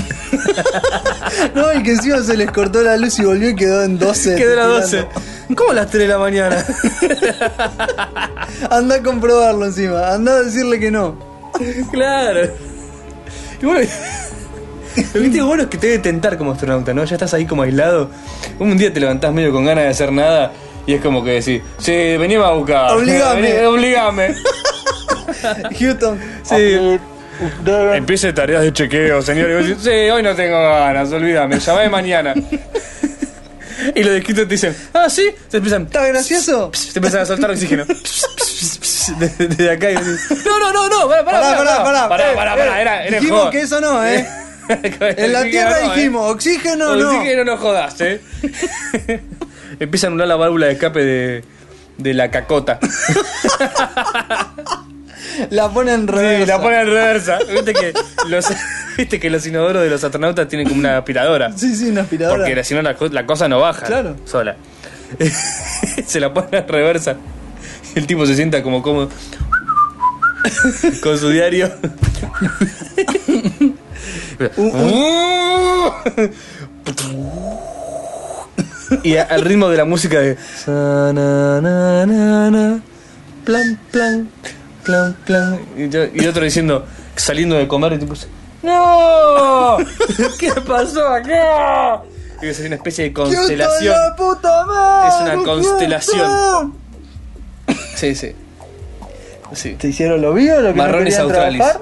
Speaker 3: No, y que encima se les cortó la luz y volvió y quedó
Speaker 2: [laughs]
Speaker 3: en 12.
Speaker 2: Quedó a las 12.
Speaker 3: tirando.
Speaker 2: ¿Cómo a las 3 de la mañana?
Speaker 3: Anda a comprobarlo encima, anda a decirle que no.
Speaker 2: claro. Y bueno. Lo que tiene bueno es que te debe tentar como astronauta, ¿no? Ya estás ahí como aislado. Un día te levantás medio con ganas de hacer nada y es como que decís, sí, venime a buscar. [laughs]
Speaker 3: Obligame.
Speaker 2: Vení, obligame.
Speaker 3: Houston,
Speaker 2: Sí.
Speaker 3: Deben-
Speaker 2: Empiece tareas de chequeo, señor. Y vos decís, sí, hoy no tengo ganas, olvídame, llamé mañana. [laughs] Y los disquitos te dicen, ah, sí, se empiezan,
Speaker 3: ¿Está gracioso?
Speaker 2: te empiezan a soltar
Speaker 3: [laughs]
Speaker 2: oxígeno. Desde desde acá y decís, no, no, no, no, pará,
Speaker 3: Pará,
Speaker 2: pará,
Speaker 3: pará, pará.
Speaker 2: pará,
Speaker 3: Eh,
Speaker 2: pará,
Speaker 3: eh,
Speaker 2: pará, era, era
Speaker 3: dijimos
Speaker 2: joda.
Speaker 3: que eso no,
Speaker 2: [laughs]
Speaker 3: ¿eh? En la
Speaker 2: Oxígeno no,
Speaker 3: tierra
Speaker 2: ¿eh?
Speaker 3: dijimos, oxígeno no.
Speaker 2: Oxígeno no jodas, eh. [laughs] Empieza a anular la válvula de escape de, de la cacota.
Speaker 3: La ponen en
Speaker 2: Sí, [laughs]
Speaker 3: reversa.
Speaker 2: la pone en reversa. Viste que los, [laughs] viste que los inodoros de los astronautas tienen como una aspiradora.
Speaker 3: Sí, sí, una aspiradora.
Speaker 2: Porque si no la, co- la cosa no baja.
Speaker 3: Claro.
Speaker 2: Sola. [laughs] se la pone en reversa. El tipo se sienta como cómodo. Con su [laughs] diario. [laughs] ¡Uh! y a- al ritmo de la música de. Plan, plan, plan, plan. Y, yo- y otro diciendo, saliendo de comer, y tipo. ¡No! [laughs] ¿Qué pasó acá? Y que sería una especie de
Speaker 3: ¡Houston,
Speaker 2: constelación.
Speaker 3: la puta madre!
Speaker 2: Es una constelación.
Speaker 3: Houston!
Speaker 2: Sí, sí. Sí.
Speaker 3: ¿Te hicieron lo mío? ¿Lo que
Speaker 2: Marrones
Speaker 3: no querían
Speaker 2: australis.
Speaker 3: trabajar?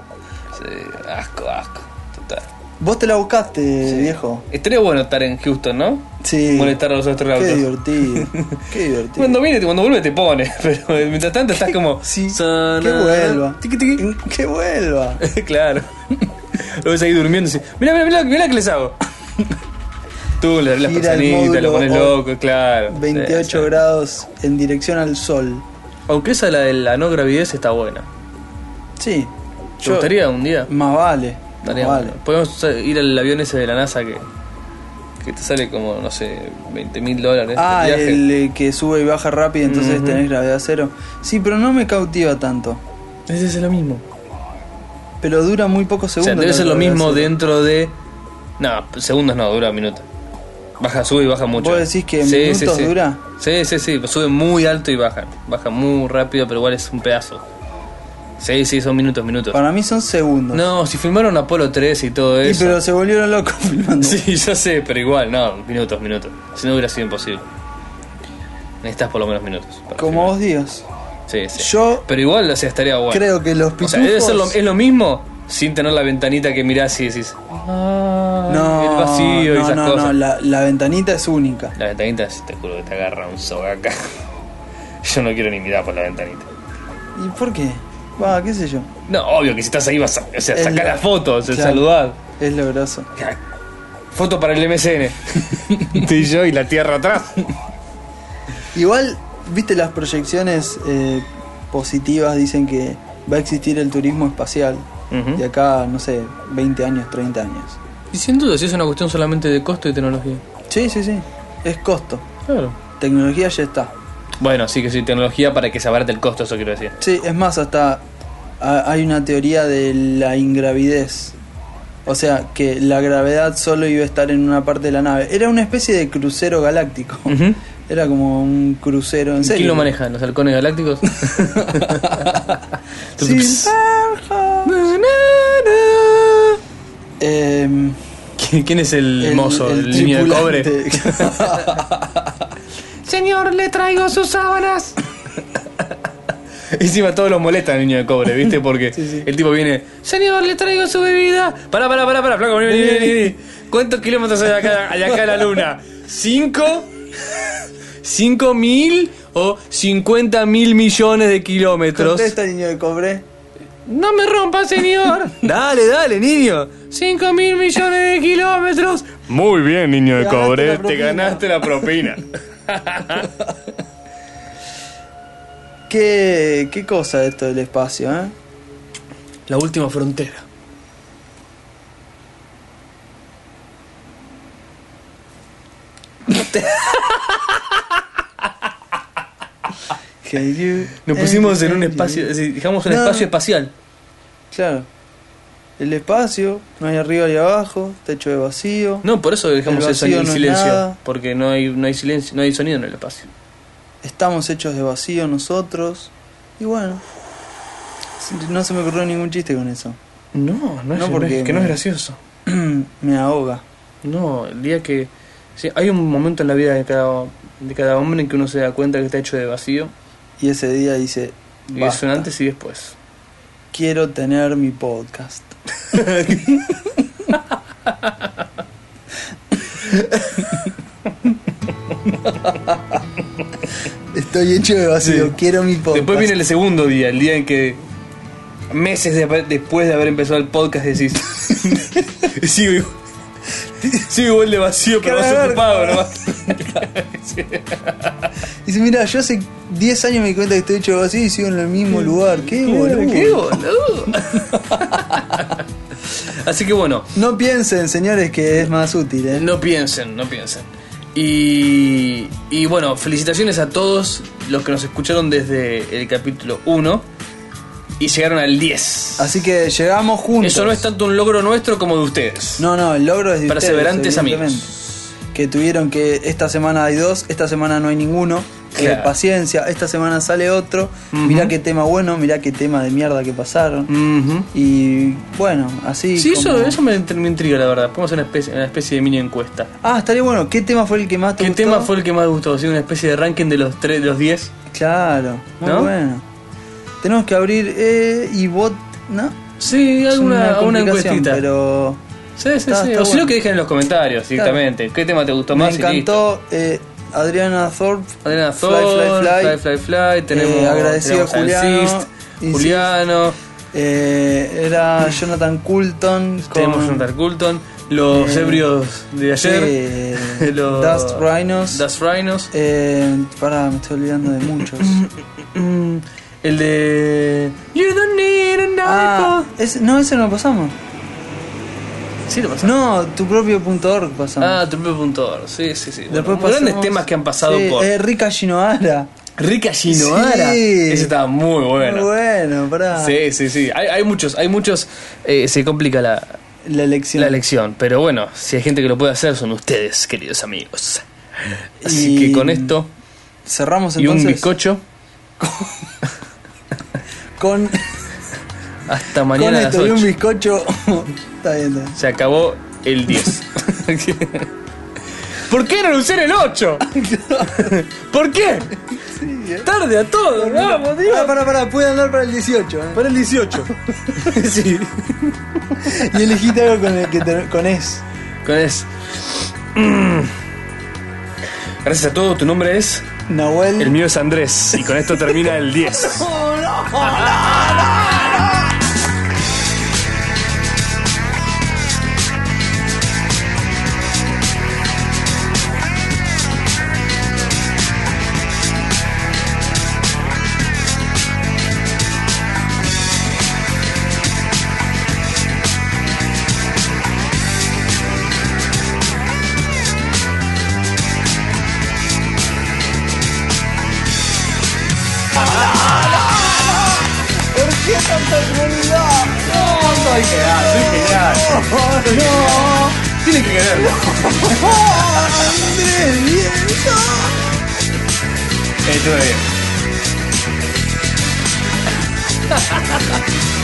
Speaker 2: Sí, Asco, asco. Total.
Speaker 3: Vos te la buscaste, viejo.
Speaker 2: Estaría bueno estar en Houston, ¿no?
Speaker 3: Sí.
Speaker 2: Molestar a los
Speaker 3: Qué
Speaker 2: astronautas. [laughs]
Speaker 3: divertido. Qué divertido.
Speaker 2: Cuando viene, cuando vuelve te pone, [laughs] pero mientras tanto estás como.
Speaker 3: Sí,
Speaker 2: Sana-
Speaker 3: que vuelva.
Speaker 2: Tiqui, tiqui.
Speaker 3: Que vuelva.
Speaker 2: [laughs] claro. Lo ves ahí durmiendo y mira, mira, mira, mira que les hago. [laughs] Tú le das las
Speaker 3: Gira el
Speaker 2: personitas, lo
Speaker 3: módulo
Speaker 2: pones
Speaker 3: o-
Speaker 2: loco, claro.
Speaker 3: 28
Speaker 2: Sí,
Speaker 3: grados en dirección al sol.
Speaker 2: sí. Aunque esa la de la no gravidez está buena.
Speaker 3: Sí.
Speaker 2: ¿Te
Speaker 3: Yo-
Speaker 2: gustaría un día?
Speaker 3: Más vale.
Speaker 2: Estaría
Speaker 3: más vale.
Speaker 2: bueno. Podemos ir al avión ese de la NASA que, que te sale como, no sé, 20 mil dólares.
Speaker 3: Ah,
Speaker 2: Este viaje.
Speaker 3: el eh, que sube y baja rápido, entonces tenés gravedad cero. Sí, pero no me cautiva tanto.
Speaker 2: Ese es lo mismo.
Speaker 3: Pero dura muy pocos
Speaker 2: O sea,
Speaker 3: segundos.
Speaker 2: debe
Speaker 3: la
Speaker 2: ser lo
Speaker 3: gravedad
Speaker 2: mismo
Speaker 3: cero.
Speaker 2: dentro de. No, segundos no, dura minutos. Baja, sube y baja mucho.
Speaker 3: ¿Vos decís que en minutos
Speaker 2: sí.
Speaker 3: dura?
Speaker 2: Sí, sí, sí. Sube muy alto y baja. Baja muy rápido, pero igual es un pedazo. Sí, sí, son minutos, minutos.
Speaker 3: Para mí son segundos.
Speaker 2: No, si filmaron Apolo 3 y todo
Speaker 3: Y
Speaker 2: eso.
Speaker 3: pero se volvieron locos [laughs]
Speaker 2: [laughs]
Speaker 3: filmando.
Speaker 2: Sí, ya sé, pero igual, no, minutos, minutos. Si no hubiera sido imposible. Necesitas por lo menos minutos. para
Speaker 3: Como vos digas.
Speaker 2: filmar. Sí, sí.
Speaker 3: Yo
Speaker 2: Pero igual, o sea, estaría bueno.
Speaker 3: creo que los
Speaker 2: O
Speaker 3: pitufos.
Speaker 2: sea, debe ser lo- es lo mismo sin tener la ventanita que mirás y decís. "Ah,
Speaker 3: No,
Speaker 2: el vacío y
Speaker 3: no,
Speaker 2: esas
Speaker 3: no,
Speaker 2: cosas.
Speaker 3: no, la, la ventanita es única.
Speaker 2: La ventanita, te juro que te agarra un sogaca. [laughs] Yo no quiero ni mirar por la ventanita.
Speaker 3: ¿Y por qué? Va, qué sé yo.
Speaker 2: No, obvio que si estás ahí vas a o sea,
Speaker 3: Es
Speaker 2: sacar
Speaker 3: la-
Speaker 2: las fotos, saludar.
Speaker 3: Claro. Es lo grosso.
Speaker 2: Foto para el
Speaker 3: [laughs]
Speaker 2: MCN. Tú y yo y la tierra atrás.
Speaker 3: Igual, viste las proyecciones eh, positivas, dicen que va a existir el turismo espacial
Speaker 2: Ujú.
Speaker 3: de acá, no sé, 20 años, 30 años.
Speaker 2: Y sin duda, si es una cuestión solamente de costo y tecnología.
Speaker 3: Sí, sí, sí, es costo.
Speaker 2: Claro.
Speaker 3: Tecnología ya está.
Speaker 2: Bueno, sí que sí, tecnología para que se abarte el costo, eso quiero decir.
Speaker 3: Sí, es más, hasta ha- hay una teoría de la ingravidez. O sea, que la gravedad solo iba a estar en una parte de la nave. Era una especie de crucero galáctico.
Speaker 2: Ujú.
Speaker 3: Era como un crucero en serio.
Speaker 2: ¿Quién lo maneja? ¿Los halcones
Speaker 3: [laughs]
Speaker 2: galácticos? [laughs]
Speaker 3: Sí. Em,
Speaker 2: ¿Quién- ¿Quién es el,
Speaker 3: el-
Speaker 2: mozo?
Speaker 3: el
Speaker 2: ¿El, niño de
Speaker 3: [laughs]
Speaker 2: cobre?
Speaker 3: tripulante.
Speaker 2: Señor, le traigo sus sábanas. [laughs] Encima todos los molestan al niño de cobre,
Speaker 3: [laughs]
Speaker 2: ¿viste? Porque el tipo viene, señor, le traigo su bebida. Pará, pará, pará, pará, flaco, vení, vení, vení, vení. ¿Cuántos kilómetros hay de acá, hay de acá a la luna? ¿Cinco? [laughs] ¿Cinco mil o cincuenta mil millones de kilómetros?
Speaker 3: Contesta, niño de este cobre.
Speaker 5: No me rompa, señor.
Speaker 2: [laughs] Dale, dale, niño.
Speaker 5: 5 mil millones de kilómetros.
Speaker 10: Muy bien, niño de
Speaker 3: Te ganaste
Speaker 10: cobre,
Speaker 3: la propina.
Speaker 10: te ganaste la propina.
Speaker 3: [laughs] ¿Qué, qué cosa esto del espacio, ¿eh?
Speaker 2: La última frontera.
Speaker 3: Can you-
Speaker 2: Nos pusimos en un espacio, es decir, dejamos un
Speaker 3: Eh, No.
Speaker 2: espacio espacial.
Speaker 3: Claro. El espacio, no hay arriba ni abajo, techo de vacío.
Speaker 2: No, por eso dejamos el,
Speaker 3: El vacío
Speaker 2: sonido en
Speaker 3: no es
Speaker 2: silencio,
Speaker 3: nada.
Speaker 2: porque no hay no hay silencio, no hay sonido en el espacio.
Speaker 3: Estamos hechos de vacío nosotros. Y bueno. No se me ocurrió ningún chiste con eso. [clears throat]
Speaker 2: No, no
Speaker 3: es- no es-
Speaker 2: que no es gracioso.
Speaker 3: me ahoga.
Speaker 2: No, el día que sí, hay un momento en la vida de cada de cada hombre en que uno se da cuenta que está hecho de vacío
Speaker 3: Y ese día dice,
Speaker 2: y es
Speaker 3: "Basta,
Speaker 2: un antes y después.
Speaker 3: quiero tener mi
Speaker 2: [laughs]
Speaker 3: podcast. [laughs] Estoy hecho de vacío,
Speaker 2: Sí.
Speaker 3: quiero mi podcast.
Speaker 2: Después viene el segundo día, el día en que meses de- después de haber empezado el podcast decís [laughs] sigo, igual- sigo igual de vacío pero más
Speaker 3: Cara de
Speaker 2: ocupado nomás.
Speaker 3: Dice, mira, yo hace 10 años me di cuenta que estoy hecho de vacío y sigo en el mismo lugar. Qué boludo.
Speaker 2: ¡Qué boludo! [laughs] Así que bueno,
Speaker 3: No piensen, señores, que es más útil, ¿eh?
Speaker 2: no piensen, no piensen. Y, y bueno, felicitaciones a todos los que nos escucharon desde el capítulo 1 y llegaron al 10.
Speaker 3: Así que llegamos juntos.
Speaker 2: Eso no es tanto un logro nuestro como de ustedes.
Speaker 3: No, no, el logro es de ustedes,
Speaker 2: Perseverantes
Speaker 3: evidentemente. Que tuvieron que esta semana hay dos, esta semana no hay ninguno. Eh,
Speaker 2: Claro.
Speaker 3: paciencia, esta semana sale otro. Mirá qué tema bueno, mirá qué tema de mierda que pasaron.
Speaker 2: Ujú.
Speaker 3: Y bueno, así.
Speaker 2: Mm. Sí,
Speaker 3: como-
Speaker 2: eso, eso me, int- me intriga, la verdad. Podemos hacer una especie, una especie de mini encuesta.
Speaker 3: Ah, estaría bueno. ¿Qué tema fue el que más te
Speaker 2: ¿Qué
Speaker 3: gustó?
Speaker 2: tema fue el que más gustó? ¿Sí? Una especie de ranking de los tres, de los 10.
Speaker 3: Claro, muy
Speaker 2: ¿No?
Speaker 3: bueno. Tenemos que abrir eh, y bot. ¿No?
Speaker 2: Sí,
Speaker 3: Es
Speaker 2: alguna una
Speaker 3: complicación,
Speaker 2: encuestita.
Speaker 3: Pero
Speaker 2: Sí, sí,
Speaker 3: Está-
Speaker 2: sí.
Speaker 3: está
Speaker 2: o si no,
Speaker 3: bueno.
Speaker 2: que dejen en los comentarios directamente. ¿Qué tema te gustó
Speaker 3: me
Speaker 2: más? y listo.
Speaker 3: encantó eh, Adriana Thorpe.
Speaker 2: Adriana
Speaker 3: Fly,
Speaker 2: Thor,
Speaker 3: Fly, Fly.
Speaker 2: Tenemos,
Speaker 3: Eh, agradecido a
Speaker 2: tenemos
Speaker 3: Juliano,
Speaker 2: Insist,
Speaker 3: Insist.
Speaker 2: Juliano.
Speaker 3: Eh, era Jonathan Coulton. con-
Speaker 2: Tenemos Jonathan Coulton. Los
Speaker 3: Eh,
Speaker 2: ebrios de ayer. [laughs]
Speaker 3: Eh,
Speaker 2: los-
Speaker 3: Dust Rhinos.
Speaker 2: Das Rhinos.
Speaker 3: Eh, pará, me estoy olvidando
Speaker 2: [laughs]
Speaker 3: de muchos.
Speaker 2: Mm, el de. You don't need a
Speaker 3: ah,
Speaker 2: knife.
Speaker 3: ese- no, ese no lo pasamos. Ah,
Speaker 2: Sí, lo pasamos.
Speaker 3: No, tu propio punto org pasamos.
Speaker 2: Ah, Trupe.org, sí, sí, sí. Bueno,
Speaker 3: Después
Speaker 2: grandes
Speaker 3: pasamos-
Speaker 2: temas que han pasado
Speaker 3: Sí,
Speaker 2: por
Speaker 3: eh, Rika Shinohara.
Speaker 2: Rica Shinohara.
Speaker 3: Sí.
Speaker 2: Ese estaba muy bueno.
Speaker 3: Muy bueno, pará.
Speaker 2: Sí, sí, sí. Hay, hay muchos, hay muchos. eh, se complica la,
Speaker 3: La elección.
Speaker 2: la elección, pero bueno, si hay gente que lo puede hacer, son ustedes, queridos amigos. Así
Speaker 3: Y-
Speaker 2: que con esto
Speaker 3: Cerramos
Speaker 2: y un
Speaker 3: entonces
Speaker 2: bizcocho,
Speaker 3: con,
Speaker 2: hasta
Speaker 3: con
Speaker 2: mañana a las
Speaker 3: esto y un
Speaker 2: 8.
Speaker 3: bizcocho. [laughs] está bien, está bien.
Speaker 2: Se acabó el
Speaker 3: [laughs]
Speaker 2: 10. ¿Por qué renunciar el 8? [laughs] ¿Por qué? Tarde a todo, vamos, Dios.
Speaker 3: Pará, pará, pará, puede andar para el 18. ¿eh?
Speaker 2: Para el [laughs]
Speaker 3: [laughs]
Speaker 2: 18. sí.
Speaker 3: Y elegiste algo con el que te- con es.
Speaker 2: Con es. Mm. Gracias a todos, tu nombre es.
Speaker 3: Nahuel.
Speaker 2: El mío es Andrés. Y con esto termina el 10. Tiene que ganar. Andrés, bien.